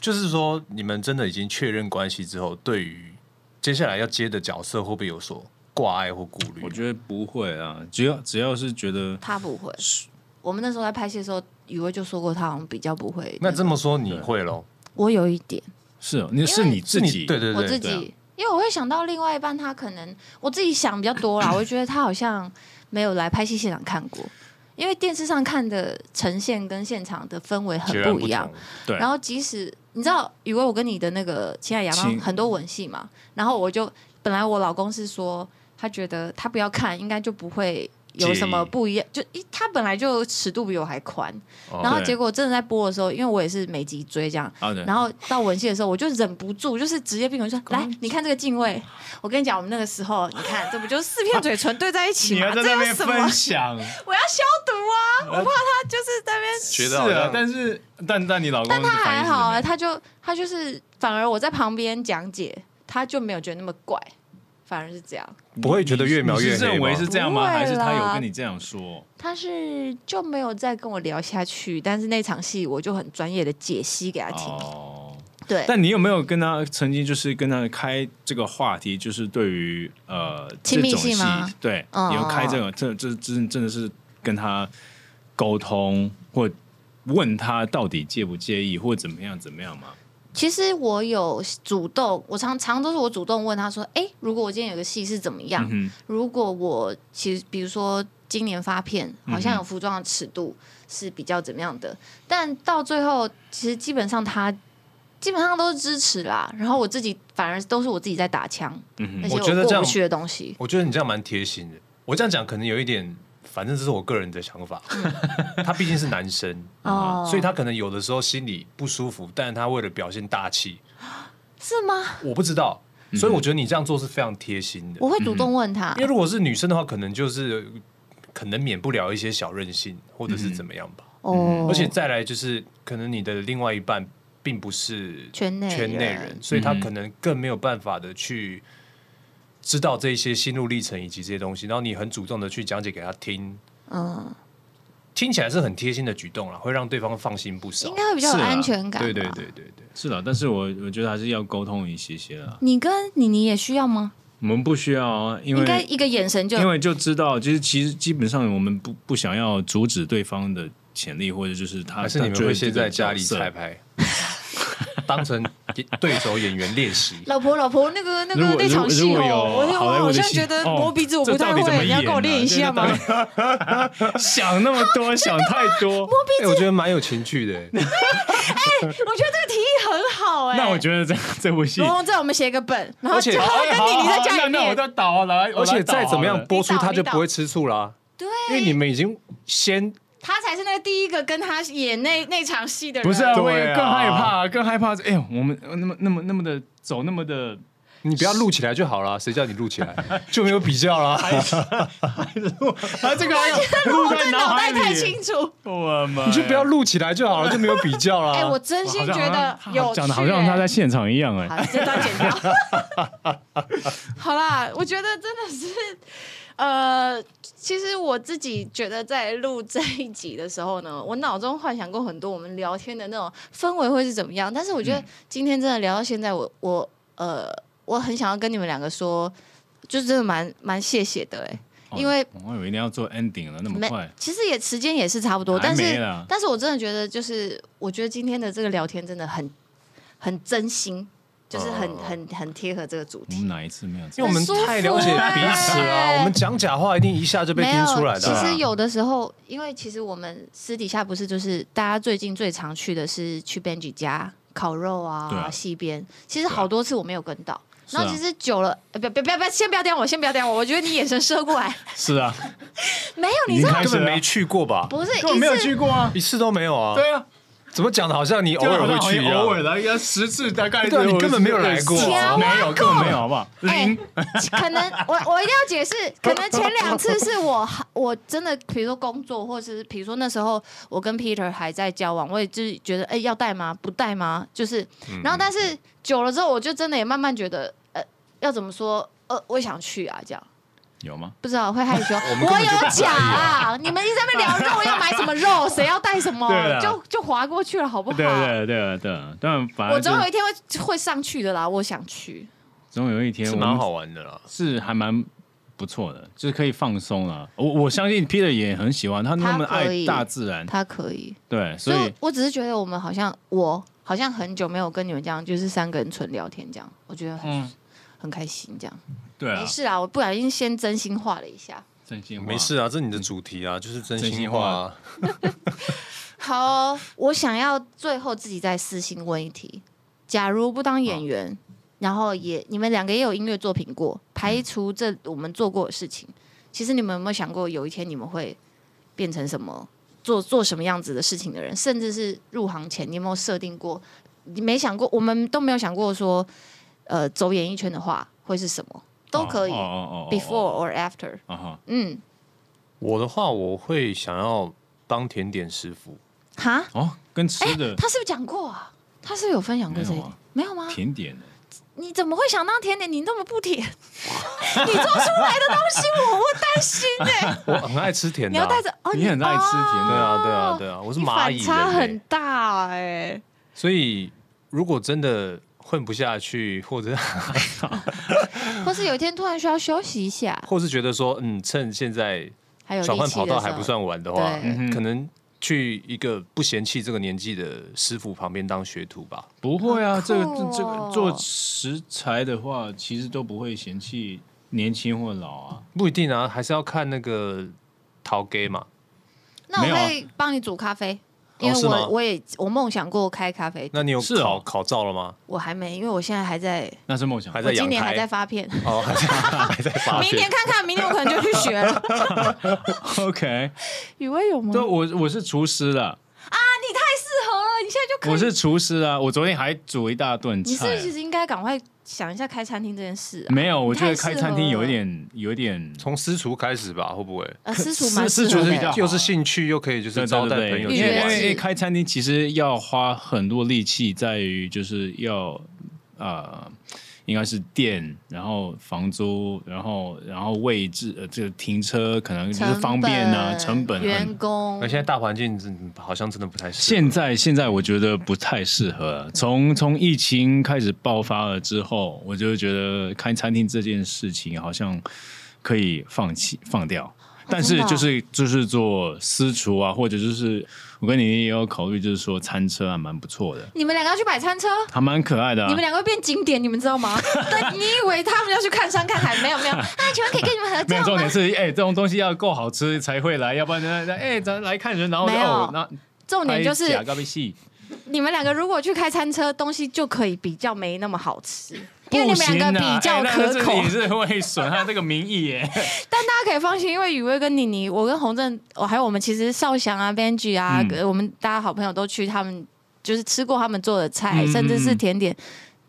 就是说你们真的已经确认关系之后，对于接下来要接的角色会不会有所挂碍或顾虑
我？觉得不会啊，只要只要是觉得
他不会，我们那时候在拍戏的时候，雨薇就说过，他好像比较不会。
那这么说你会咯？
我有一点，
是哦，你是你自
是你
己
对对
我自
对，
己，
对啊
因为我会想到另外一半，他可能我自己想比较多啦，我就 [COUGHS] 觉得他好像没有来拍戏现场看过，因为电视上看的呈现跟现场的氛围很
截然
不一样
同。。
对
然后即使你知道，雨薇，我跟你的那个亲爱的亚当
亲
很多吻戏嘛，然后我就本来我老公是说，他觉得他不要看，应该就不会有什么
介意
不一样，就一他本来就尺度比我还宽，
哦
然后
对
结果真的在播的时候，因为我也是每集追这样，
啊对
然后到文戏的时候，我就忍不住，就是直接并口说：“来，你看这个敬畏。”我跟你讲，我们那个时候，你看，这不就是四片嘴唇对在一起
你
吗？
要在
这
那
有
边
什么
分？享，
我要消毒啊！我怕他就是在那边，
觉
是
得好
啊
像，
但是但但你老公
但他还好啊，
啊，
他就他就是，反而我在旁边讲解，他就没有觉得那么怪，反而是这样。
不会觉得越描越
你是
黑
认
吗
为？是这样吗？
不会啦
还是他有跟你这样说？
他是就没有再跟我聊下去，但是那场戏我就很专业的解析给他听，
哦，
对，
但你有没有跟他曾经就是跟他开这个话题，就是对于呃
亲密
这种
性吗
戏对，
嗯
你有开这种这这真真的是跟他沟通或问他到底介不介意或怎么样怎么样吗？
其实我有主动，我常常都是我主动问他说：“哎、如果我今天有个戏是怎么样？
嗯
如果我其实比如说今年发片，好
嗯
像
哼
有服装的尺度是比较怎么样的？但到最后，其实基本上他基本上都是支持啦。然后我自己反而都是我自己在打枪，
哼，嗯
那
哼，
些
我觉得这
过
样
不去的东西。
我觉得你这样蛮贴心的。我这样讲可能有一点，反正这是我个人的想法。他毕竟是男生，
嗯哦，
所以他可能有的时候心里不舒服，但是他为了表现大气，
是吗？
我不知道。所以我觉得你这样做是非常贴心的
我。会主动问他
嗯
因为，如果是女生的话，可能就是可能免不了一些小任性，或者是怎么样吧。
哦，
而且再来就是，可能你的另外一半并不是
圈内人
圈内人，嗯所以他可能更没有办法的去知道这一些心路历程以及这些东西。然后你很主动的去讲解给他听，
嗯，
听起来是很贴心的举动啦，会让对方放心不少
应。该会比较有
是啊
安全感。
对对，对对对，
是的，但是我我觉得还是要沟通一些些啦。
你跟妮妮也需要吗？
我们不需要啊，因
应该
为
一个眼神就
因为就知道，就是其实基本上我们不不想要阻止对方的潜力，或者就是他
还是你们
他觉
会
得
先
这个
在家里
角色
彩排， [LAUGHS] 当成对手演员练习。
老婆，老婆，那个那
如
个
果
那场戏
如
哦
果，
我
有好
我
莱坞
好
的
像
戏
觉得
哦
磨鼻子我不
这
太
到底怎么
会，你要
演
跟我
啊
练一下吗？？
想那么多，想太多。
哎，我觉得蛮有情趣的。欸
我觉得这个提议很好哎。
那我觉得哎这这部戏
龙，龙在我们写一个本，然后
而且
就
好
跟妮妮在家里
那我
面，
就倒了，
而且再怎么样播出，
你倒
他就
你倒
不会吃醋啦，
对，
因为你们已经先
他才是那个第一个跟他演那那场戏的人。
不是啊，我也
对啊
更害怕，更害怕。哎呦，我们那么那么那么的走那么的，
你不要录起来就好了，谁叫你录起来就没有比较啦。
啊，这个还有录
我
在
这
脑
脑
海
袋
里，
太清楚。
我们
你就不要录起来就好了，就没有比较啦。
哎，我真心觉得有
讲的好像他在现场一样哎。
好，这段剪掉。好啦，我觉得真的是，呃，其实我自己觉得在录这一集的时候呢，我脑中幻想过很多我们聊天的那种氛围会是怎么样，但是我觉得今天真的聊到现在，我我呃，我很想要跟你们两个说，就真的蛮蛮谢谢的哎、
哦
因为
我以为一定要做 ending 了，那么
没
快，
其实也时间也是差不多，
还
但
没
是
啦
但是我真的觉得，就是我觉得今天的这个聊天真的很很真心，就是
哦
很、很很贴合这个主
我
题
们。哪一次没有？
因为我们太了解彼此
很舒服欸
了，我们讲假话一定一下就被
没有，
听出来的
其
啊。
实有的时候，因为其实我们私底下不是就是大家最近最常去的是去 Benji 家烤肉
对
啊
啊，
西边。其实好多次我没有跟到，
是啊
然后其实久了，呃不要不要不要不要，先不要点我，先不要点我，我觉得你眼神射过来， [LAUGHS]
是啊，
没有，
已
你知
经
道
开
根
始
本
了
没去过吧？
不是一
根本没有
次
去过啊，
一次都没有啊？
对啊，
怎么讲的好像你偶尔会去一样？
偶尔来，要十次大概
对啊你根本没有来过
天啊
没有，根本没有，好不好？
哎，可能我我一定要解释，可能前两次是我 [LAUGHS] 我真的，比如说工作，或者是比如说那时候我跟 Peter 还在交往，我也就是觉得，哎、要带吗？不带吗？就是，然后但是久了之后，我就真的也慢慢觉得，呃，要怎么说？呃，我也想去啊，这样。
有吗？
不知道会害羞，
们根
我
本就不
有
在意
讲
啊
啊！你们一直在那边聊肉，要买什么肉，谁要带什么
对，啊
就就划过去了，好不好？
对对对对，但反
我
正
总有
就
一天会会上去的啦，我想去。
总有一天
是
我
蛮
们
好玩的啦。
是还蛮不错的，就是可以放松了。我我相信 Peter 也很喜欢，他那么
他可以
爱大自然，
他可以，
对，
所
所
以
以
我，我只是觉得我们好像我好像很久没有跟你们这样，就是三个人纯聊天这样，我觉得很、
嗯，
很开心这样。
对啊
没，事啊，我不小心先真心话了一下。
真心话
没事，啊，这是你的主题啊，就是真
真
心
心
话
话
啊。
好哦、我想要最后自己再私信问一题：假如不当演员，然后也你们两个也有音乐作品过，排除这我们做过的事情，其实你们有没有想过，有一天你们会变成什么，做做什么样子的事情的人？甚至是入行前，你有没有设定过？你没想过，我们都没有想过说，呃，走演艺圈的话会是什么，都可以、
哦哦哦哦哦
before or after。
啊哈，
嗯，
我的话，我会想要当甜点师傅，
哈，
哦，跟吃
哎、
的啊
他是不是讲过啊？他是不是有分享过这一点？没有吗？
甜点呢，
你怎么会想当甜点？你那么不甜， [LAUGHS] 你做出来的东西我会担心哎、
我很爱吃甜
你
的、
要
啊。
带着哦，
[LAUGHS] 你很爱吃甜
对
的
啊，对啊，对啊，我是
你
蚂
反
蚁人、
差
欸
很大哎、
所以如果真的混不下去，或者 [LAUGHS]
或是有一天突然需要休息一下，
或是觉得说，嗯，趁现在
还有
转换
力气
跑
的
道
时
还
候
不算晚的话
对嗯，
可能去一个不嫌弃这个年纪的师傅旁边当学徒吧。
不会啊，
好
这个
酷哦
这个做食材的话，其实都不会嫌弃年轻或老啊。
不一定啊，还是要看那个陶给嘛。
那
没有
我
啊
会帮你煮咖啡，
哦
因为
是
我、
吗
我也我梦想过开咖啡，
那你有
是
考、
哦
考照了吗？
我还没，因为我现在还在，
那是梦想
还，在
我
阳
今年还
台
在发片，
哦，还在 [LAUGHS] 还在
啊
发
明
片
年。看看，明年我可能就去学
[LAUGHS]
了。
OK，
雨薇有吗？
对，我我是厨师啦，
你太适合了，你现在就可以。
我是厨师啊，我昨天还煮一大顿
你是不
菜
是。其实应该赶快想一下开餐厅这件事啊？
没有，我觉得
太适合
开餐厅有一点有一点
从私厨开始吧，会不会？
呃，私厨
私
蛮适
私
合
厨
的
是比较
欸
好
又是兴趣，又可以就是
对
招
对
待
对
朋
因
友
为
去
因
约
玩
为
制
因为开餐厅其实要花很多力气，在于就是要呃，应该是店，然后房租，然后然后位置，呃，这个停车可能就是方便啊，成本
员
很。
工
那，现在大环境真好像真的不太适合。
现在现在我觉得不太适合了。从从疫情开始爆发了之后，我就觉得开餐厅这件事情好像可以放弃放掉。但
真
是
的啊
就是就是做私厨啊，或者就是我跟你也有考虑，就是说餐车还蛮不错的，
你们两个要去摆餐车。
还蛮可爱的、
你们
啊。
两个会变景点，你们知道
[LAUGHS]
吗？但你以为他们要去看山看海，没有没有啊？请问可以跟你们合
没有
照
重
吗
点？是，哎、这种东西要够好吃才会来，要不然人家哎、咱来看人，然后
没有
哦，那
重点就是
假咖啡戏，
你们两个如果去开餐车，东西就可以比较没那么好吃，因为
不
你们
行
两个
啊
比较
哎那
可
这
口。
也是会损害这个名义耶。
但大家可以放心，因为雨薇跟妮妮，我跟洪正，我还有我们其实少翔啊、Benji 啊，
嗯
我们大家好朋友都去他们就是吃过他们做的菜，
嗯
甚至是
嗯嗯
甜点，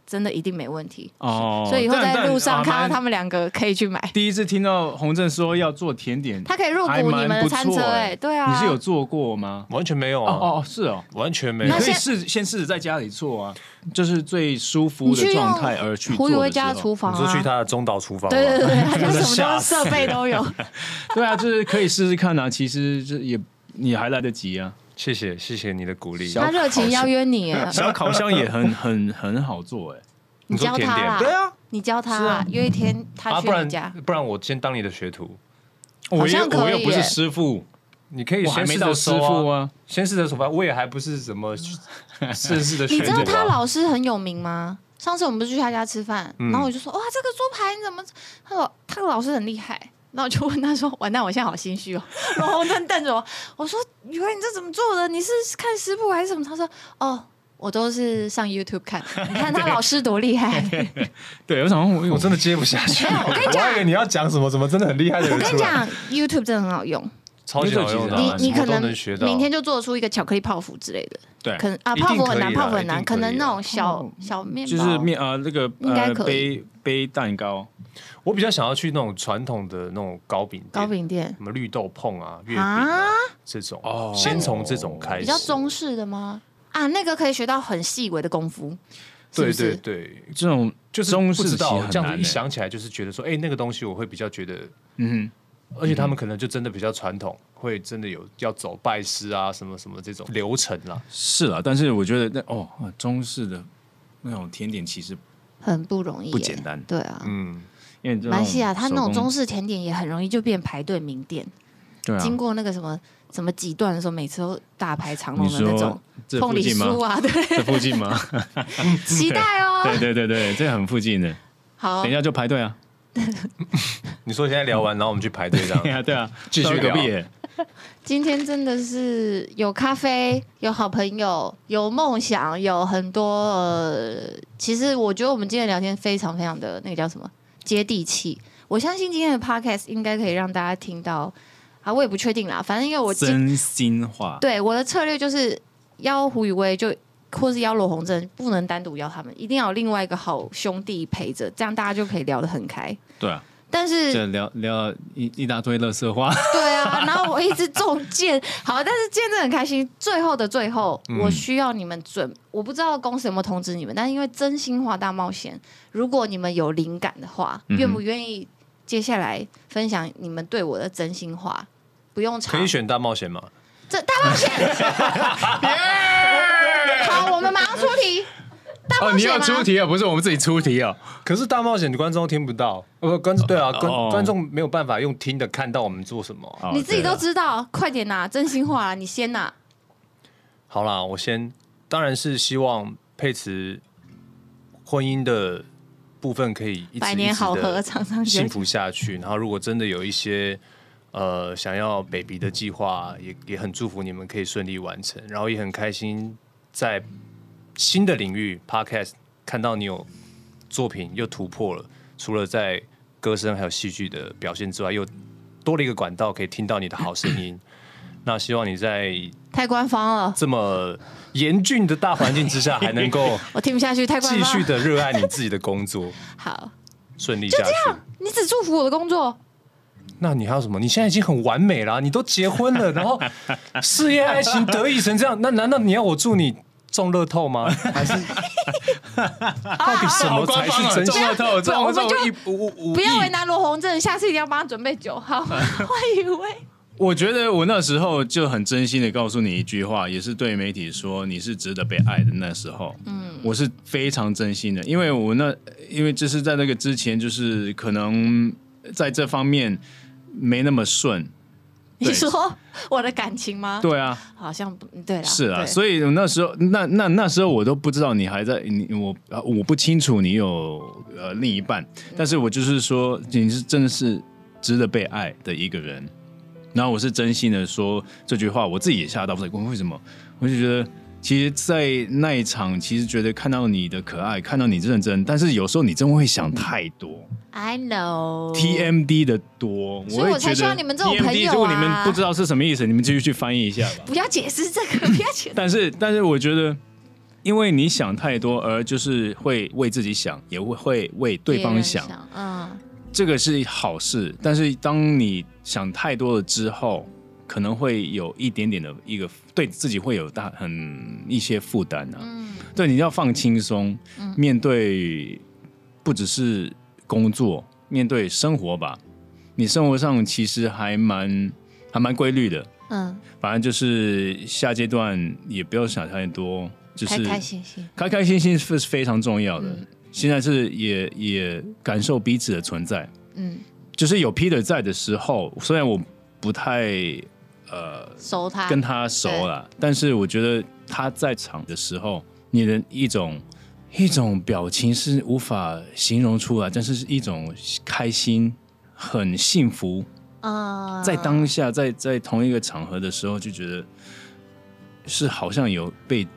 真的一定没问题。
哦
所以以后
但
在
但
路上
啊
看到
蛮
他们两个可以去买，
第一次听到洪正说要做甜点，
他可以入股
还蛮
你们的
不
餐
错
车、
欸
哎，对啊，
你是有做过吗？
完全没有
哦
啊，
哦，是哦，
完全没
你
有
那。
可以
现
试先试着在家里做啊，就是最舒服
你去
的
用
状态而去做
胡雨薇
的
家的
时候。
厨房
你说去
啊。
他的中岛厨房吗？
对对对，对他就
真的
什么
吓
都
死
设备都有。
对啊，就是可以试试看啊，其实这也你还来得及 [LAUGHS] 啊。
谢谢谢谢你的鼓励。啊
小
他热情邀约你耶，
小烤箱也很很很好做哎、
你教他啦，
你说甜点对
啊，你教他啦，约一天他
啊，
去
不
你
然
家，
不然我先当你的学徒，
好
我
像
又
可
我
以欸
又不
耶
是师傅，
你可以
我还
先
没
试
到
着
师
收
傅
啊，
啊。
先试着手吧，我也还不是什 [LAUGHS] 么正式的
你
学
知
徒
道他
啊。
老师很有名吗？上次我们不是去他家吃饭，
嗯
然后我就说哇，这个猪排你怎么？他老他老师很厉害。然后我就问他说：“完蛋，我现在好心虚哦。” [LAUGHS] 然后我正瞪着我，我说：“雨薇，你这怎么做的？你是看食谱还是什么？”他说：“哦，我都是上 YouTube
[LAUGHS]
看。你看他老师多厉害。
对，我想说我
我
我
真的接不下去，
没有我跟你讲
我还以为你要讲什么什么真的很厉害的
我
人
跟
出
你
来，
讲，YouTube 真的很好用。
超级好用的啊，
你你
什么
可
都
能
能学到。
明天就做出一个巧克力泡芙之类的，[LAUGHS]
对，
可能啊，
一定
泡芙很
可
难，
以啦
泡芙很
一
难，
定可
可
以
能那
啦
种小小面包
哦就是面啊、那个
应该
呃
可以
杯杯蛋糕，
我比较想要去那种传统的那种糕饼店
糕饼店
什么绿豆碰啊、月饼
啊
啊这种，先从这种开始，
比较中式的吗？啊，那个可以学到很细微的功夫，是不
对
是
对对，
这种
就是
中
不
式
知
其
道
实很
这样
难
子一
欸
想起来，就是觉得说，哎、那个东西我会比较觉得，
嗯
而且他们可能就真的比较传统，会真的有要走拜师啊，什么什么这种流程啦。
是啦，但是我觉得那哦，啊中式的那种甜点其实
很不容易耶，
不简单
对啊，
嗯，
因为这种
马来西亚它那种
手工
中式甜点也很容易就变排队名店，
对啊，
经过那个什么什么几段的时候，每次都大排长龙
你
的那种
说。这
凤
附
梨
近
酥
吗？
啊，
[LAUGHS]
对，
这附近吗？
[LAUGHS] 期待哦。
[LAUGHS] 对对对对，这很附近的，
好
等一，下就排队啊，
你说现在聊完，然后我们去排队这 [LAUGHS]
对
样，
[LAUGHS] 啊对啊，
继续
到隔
聊
壁耶，
今天真的是有咖啡，有好朋友，有梦想，有很多。呃、其实我觉得我们今天聊天非常非常的那个叫什么接地气。我相信今天的 podcast 应该可以让大家听到啊，我也不确定啦，反正因为我今
真心话，
对我的策略就是邀胡宇威就。或是邀罗红珍，不能单独邀他们，一定要有另外一个好兄弟陪着，这样大家就可以聊得很开。
对啊，
但是
就聊聊一一大堆乐色话，
对啊，然后我一直中箭， [LAUGHS] 好，但是今天真的很开心。最后的最后，
嗯
我需要你们准，我不知道公司有没有通知你们，但是因为真心话大冒险，如果你们有灵感的话，
嗯哼
愿不愿意接下来分享你们对我的真心话？不用长，
可以选大冒险吗？
这大
[LAUGHS]
冒险。好，我们马上出题。大
哦，
冒
你
险吗？
要出题啊，不是我们自己出题啊。
可是大冒险观众听不到，呃，不观对啊，观
哦
观众没有办法用听的看到我们做什么啊、
哦
你自己都
对啊
知道，快点拿真心话啊，你先拿。
好啦，我先，当然是希望佩慈婚姻的部分可以一直
百年好合
一直地
长长久久
幸福下去。然后，如果真的有一些呃想要 baby 的计划，也也很祝福你们可以顺利完成。然后也很开心在新的领域 podcast 看到你有作品又突破了，除了在歌声还有戏剧的表现之外，又多了一个管道可以听到你的好声音。那希望你在
太官方了，
这么严峻的大环境之下，还能够
我听不下去，太官
继
方。
续的热爱你自己的工作，
好，
顺利下去。
你只祝福我的工作。
那你还有什么？你现在已经很完美啦，你都结婚了，然后事业爱情得意成这样，那难道你要我祝你中乐透吗？还是到底什么才
啊
是真
中
相
了？透，中了
我们就
透一五五
不要为
亿。
难罗红正，下次一定要帮他准备酒。
[LAUGHS]
好，我以为
我觉得我那时候就很真心的告诉你一句话，也是对媒体说你是值得被爱的。那时候，嗯，我是非常真心的，因为我那因为就是在那个之前，就是可能在这方面没那么顺。
你说我的感情吗？，
对啊，
好像不对啦。
是啊，
对
所以那时候，那那那时候我都不知道你还在，你我呃我不清楚你有呃另一半，但是我就是说你是真的是值得被爱的一个人。然后我是真心的说这句话，我自己也吓到，不是为什么？我就觉得，其实，在那一场，其实觉得看到你的可爱，看到你认真，但是有时候你真会想太多。
I know。
TMD 的多，
嗯所以我
会觉
才
得
需要你们这种朋
TMD
友啊
如果你们不知道是什么意思，你们继续去翻译一下吧。
不要解释这个， [LAUGHS] 不要解释。
但是，但是我觉得，因为你想太多，而就是会为自己想，也会会为 [LAUGHS] 对方想，，
嗯，
这个是好事。但是，当你想太多了之后，可能会有一点点的一个对自己会有大很一些负担啊。对，你要放轻松，面对不只是工作，面对生活吧。你生活上其实还蛮还蛮规律的，
嗯，
反正就是下阶段也不要想太多，就是
开开心嗯心。
开开心心是非常重要的。现在是也也感受彼此的存在，
嗯，
就是有 Peter 在的时候，虽然我不太
收他。
跟他熟
啊
了，但是我觉得他在场的时候，你的一种一种表情是无法形容出来，但是是一种开心、很幸福，
嗯，
在当下，在在同一个场合的时候，就觉得是好像有被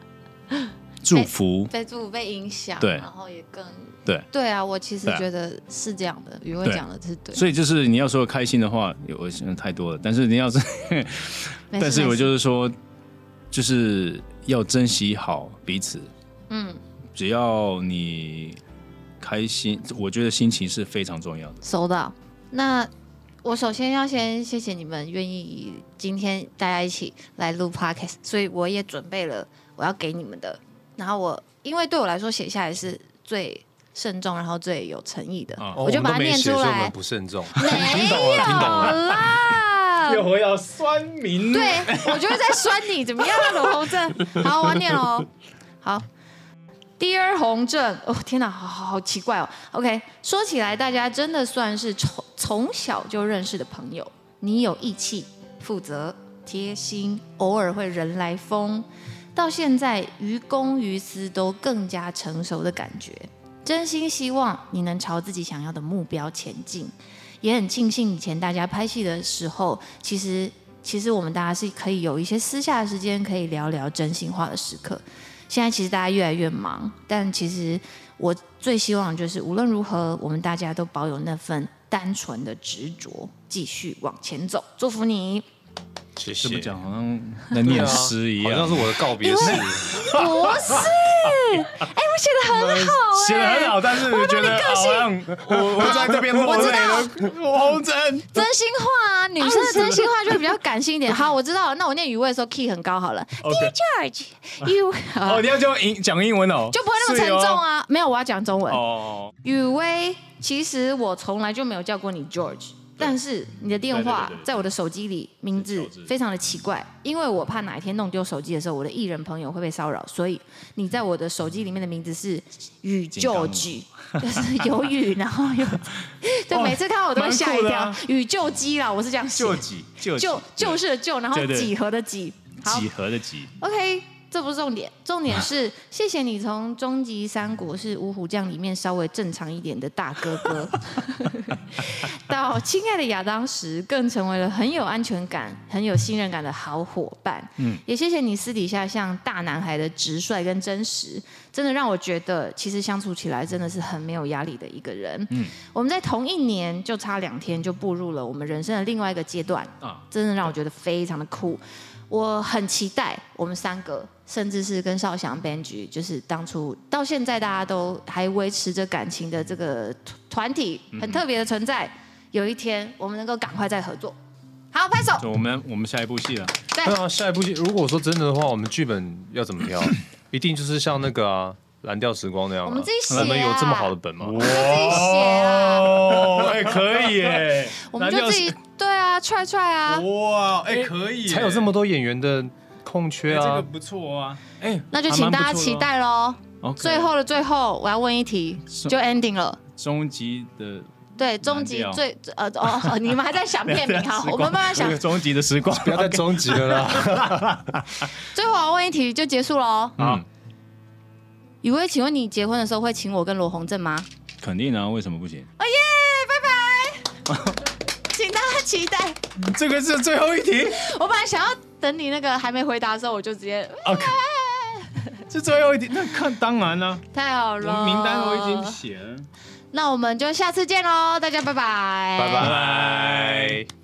祝福，
被祝福被影响，
对
然后也更
对
对啊。我其实
对啊
觉得是这样的，宇威
对
讲的是对。
所以就是你要说开心的话，有我想太多了。但是你要是，
没事
但是
没
我
事
就是说，就是要珍惜好彼此。
嗯，
只要你开心，我觉得心情是非常重要的。
收到。那我首先要先谢谢你们愿意今天大家一起来录 podcast，所以我也准备了我要给你们的。然后我因为对我来说写下来是最慎重，然后最有诚意的，
哦
我就
们
把
都
它
没
念
写
出
所以我们
来。
不慎重。
没
懂了听
有
懂了
[LAUGHS] 啦。
回到酸民
对，我就是在酸你，怎么样、啊，罗红正？好，我要念哦。好，Dear 红正，哦天哪，好好好奇怪哦。OK，说起来，大家真的算是从从小就认识的朋友。你有义气、负责、贴心，偶尔会人来疯，到现在于公于私都更加成熟的感觉。真心希望你能朝自己想要的目标前进，也很庆幸以前大家拍戏的时候，其实其实我们大家是可以有一些私下的时间可以聊聊真心话的时刻。现在其实大家越来越忙，但其实我最希望就是无论如何，我们大家都保有那份单纯的执着，继续往前走。祝福 [LAUGHS] 你，
谢
这么
谢。
讲好像在念诗一
好
啊
像
样。
是我的告别式，
不是？哎、我写的很好哎、
写的很好，但是我觉得好像我我在这边落泪了。罗红真，
真心话
[LAUGHS]
啊，女生的真心话就比较感性一点。好，我知道了。那我念语文的时候 key 很高好
[LAUGHS]
了。Dear George，you
哦，你要讲英讲英文哦，
就不会那么沉重啊。没有，我要讲中文
是。哦。哦，
雨薇，其实我从来就没有叫过你 George，但是你的电话
对对对对
在我的手机里名字非常的奇怪，因为我怕哪一天弄丢手机的时候，我的艺人朋友会被骚扰，所以你在我的手机里面的名字是雨
金刚
George，就是有雨，然
[LAUGHS]
后
哦
有，对，每次看到我都会吓一
蛮酷的
跳
啊，
雨救鸡啦，我是这样写
救，济救
救就是的救，然后
对对
几何的几，好
几何的几，
OK，这不是重点，重点是谢谢你从终极三国是五虎将里面稍微正常一点的大哥
[LAUGHS]
哥，到亲爱的亚当时更成为了很有安全感、很有信任感的好伙伴。嗯，也谢谢你私底下像大男孩的直率跟真实，真的让我觉得其实相处起来真的是很没有压力的一个人。嗯，我们在同一年就差两天就步入了我们人生的另外一个阶段
啊
真的让我觉得非常的酷。我很期待我们三个，甚至是跟少翔、Benji，就是当初到现在大家都还维持着感情的这个团团体，很特别的存在。有一天我们能够赶快再合作。好，拍手。
就我们我们下一部戏了。
对，
对啊，下一部戏如果说真的的话，我们剧本要怎么挑？一定就是像那个啊《蓝调时光》那样、啊。
我们自己写啊
你们有这么好的本吗？
我们就自己写啦，
哦， [LAUGHS] 哎，可以耶，
我们就自己对啊，踹踹啊。
哇，哎，可以耶，
[LAUGHS] 才有这么多演员的空
哎
缺
这个
啊！
不错啊，
哎，
那就请大家期待喽。
还蛮不错的哦。
最后的最后，我要问一题，
是
就 ending 了。
终极的
对，终极
蓝调
最呃哦，哦你们还在想片名好，
[LAUGHS]
我们慢慢想
这个。终极的时光，
不要再终极了啦！
最后我要问一题就结束喽。
啊，
雨薇，请问你结婚的时候会请我跟罗红正吗？
肯定啊，为什么不行？
哦耶，拜拜，请大家期待。
这个是最后一
[LAUGHS]
题，
我本来想要等你那个还没回答的时候，我就直接。
OK 是最后一题。那看当然啦，
太好
我
了，
们名单我已经。写了。
那我们就下次见喽，大家拜拜，拜
拜。拜。